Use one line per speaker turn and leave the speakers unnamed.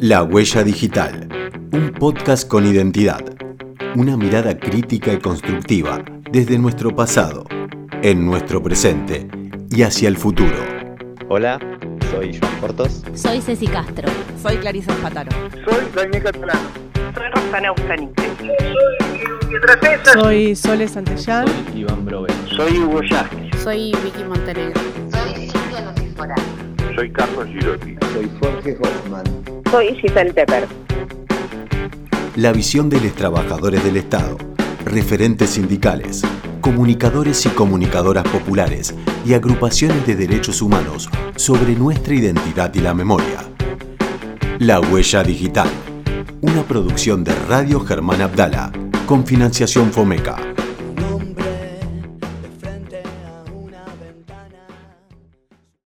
La Huella Digital, un podcast con identidad, una mirada crítica y constructiva desde nuestro pasado, en nuestro presente y hacia el futuro.
Hola, soy Joan Portos.
Soy Ceci Castro.
Soy Clarice Espataro.
Soy Daniel Catalano.
Soy Rosana Bustamante.
Soy Sole Santellán.
Soy Iván Brover.
Soy Hugo Yasky.
Soy Vicky Montenegro.
Soy Cintia Lozifora.
Soy Carlos Girotti.
Soy Jorge Hoffman.
Soy Giselle Tepper.
La visión de los trabajadores del Estado, referentes sindicales, comunicadores y comunicadoras populares y agrupaciones de derechos humanos sobre nuestra identidad y la memoria. La Huella Digital, una producción de Radio Germán Abdala, con financiación FOMECA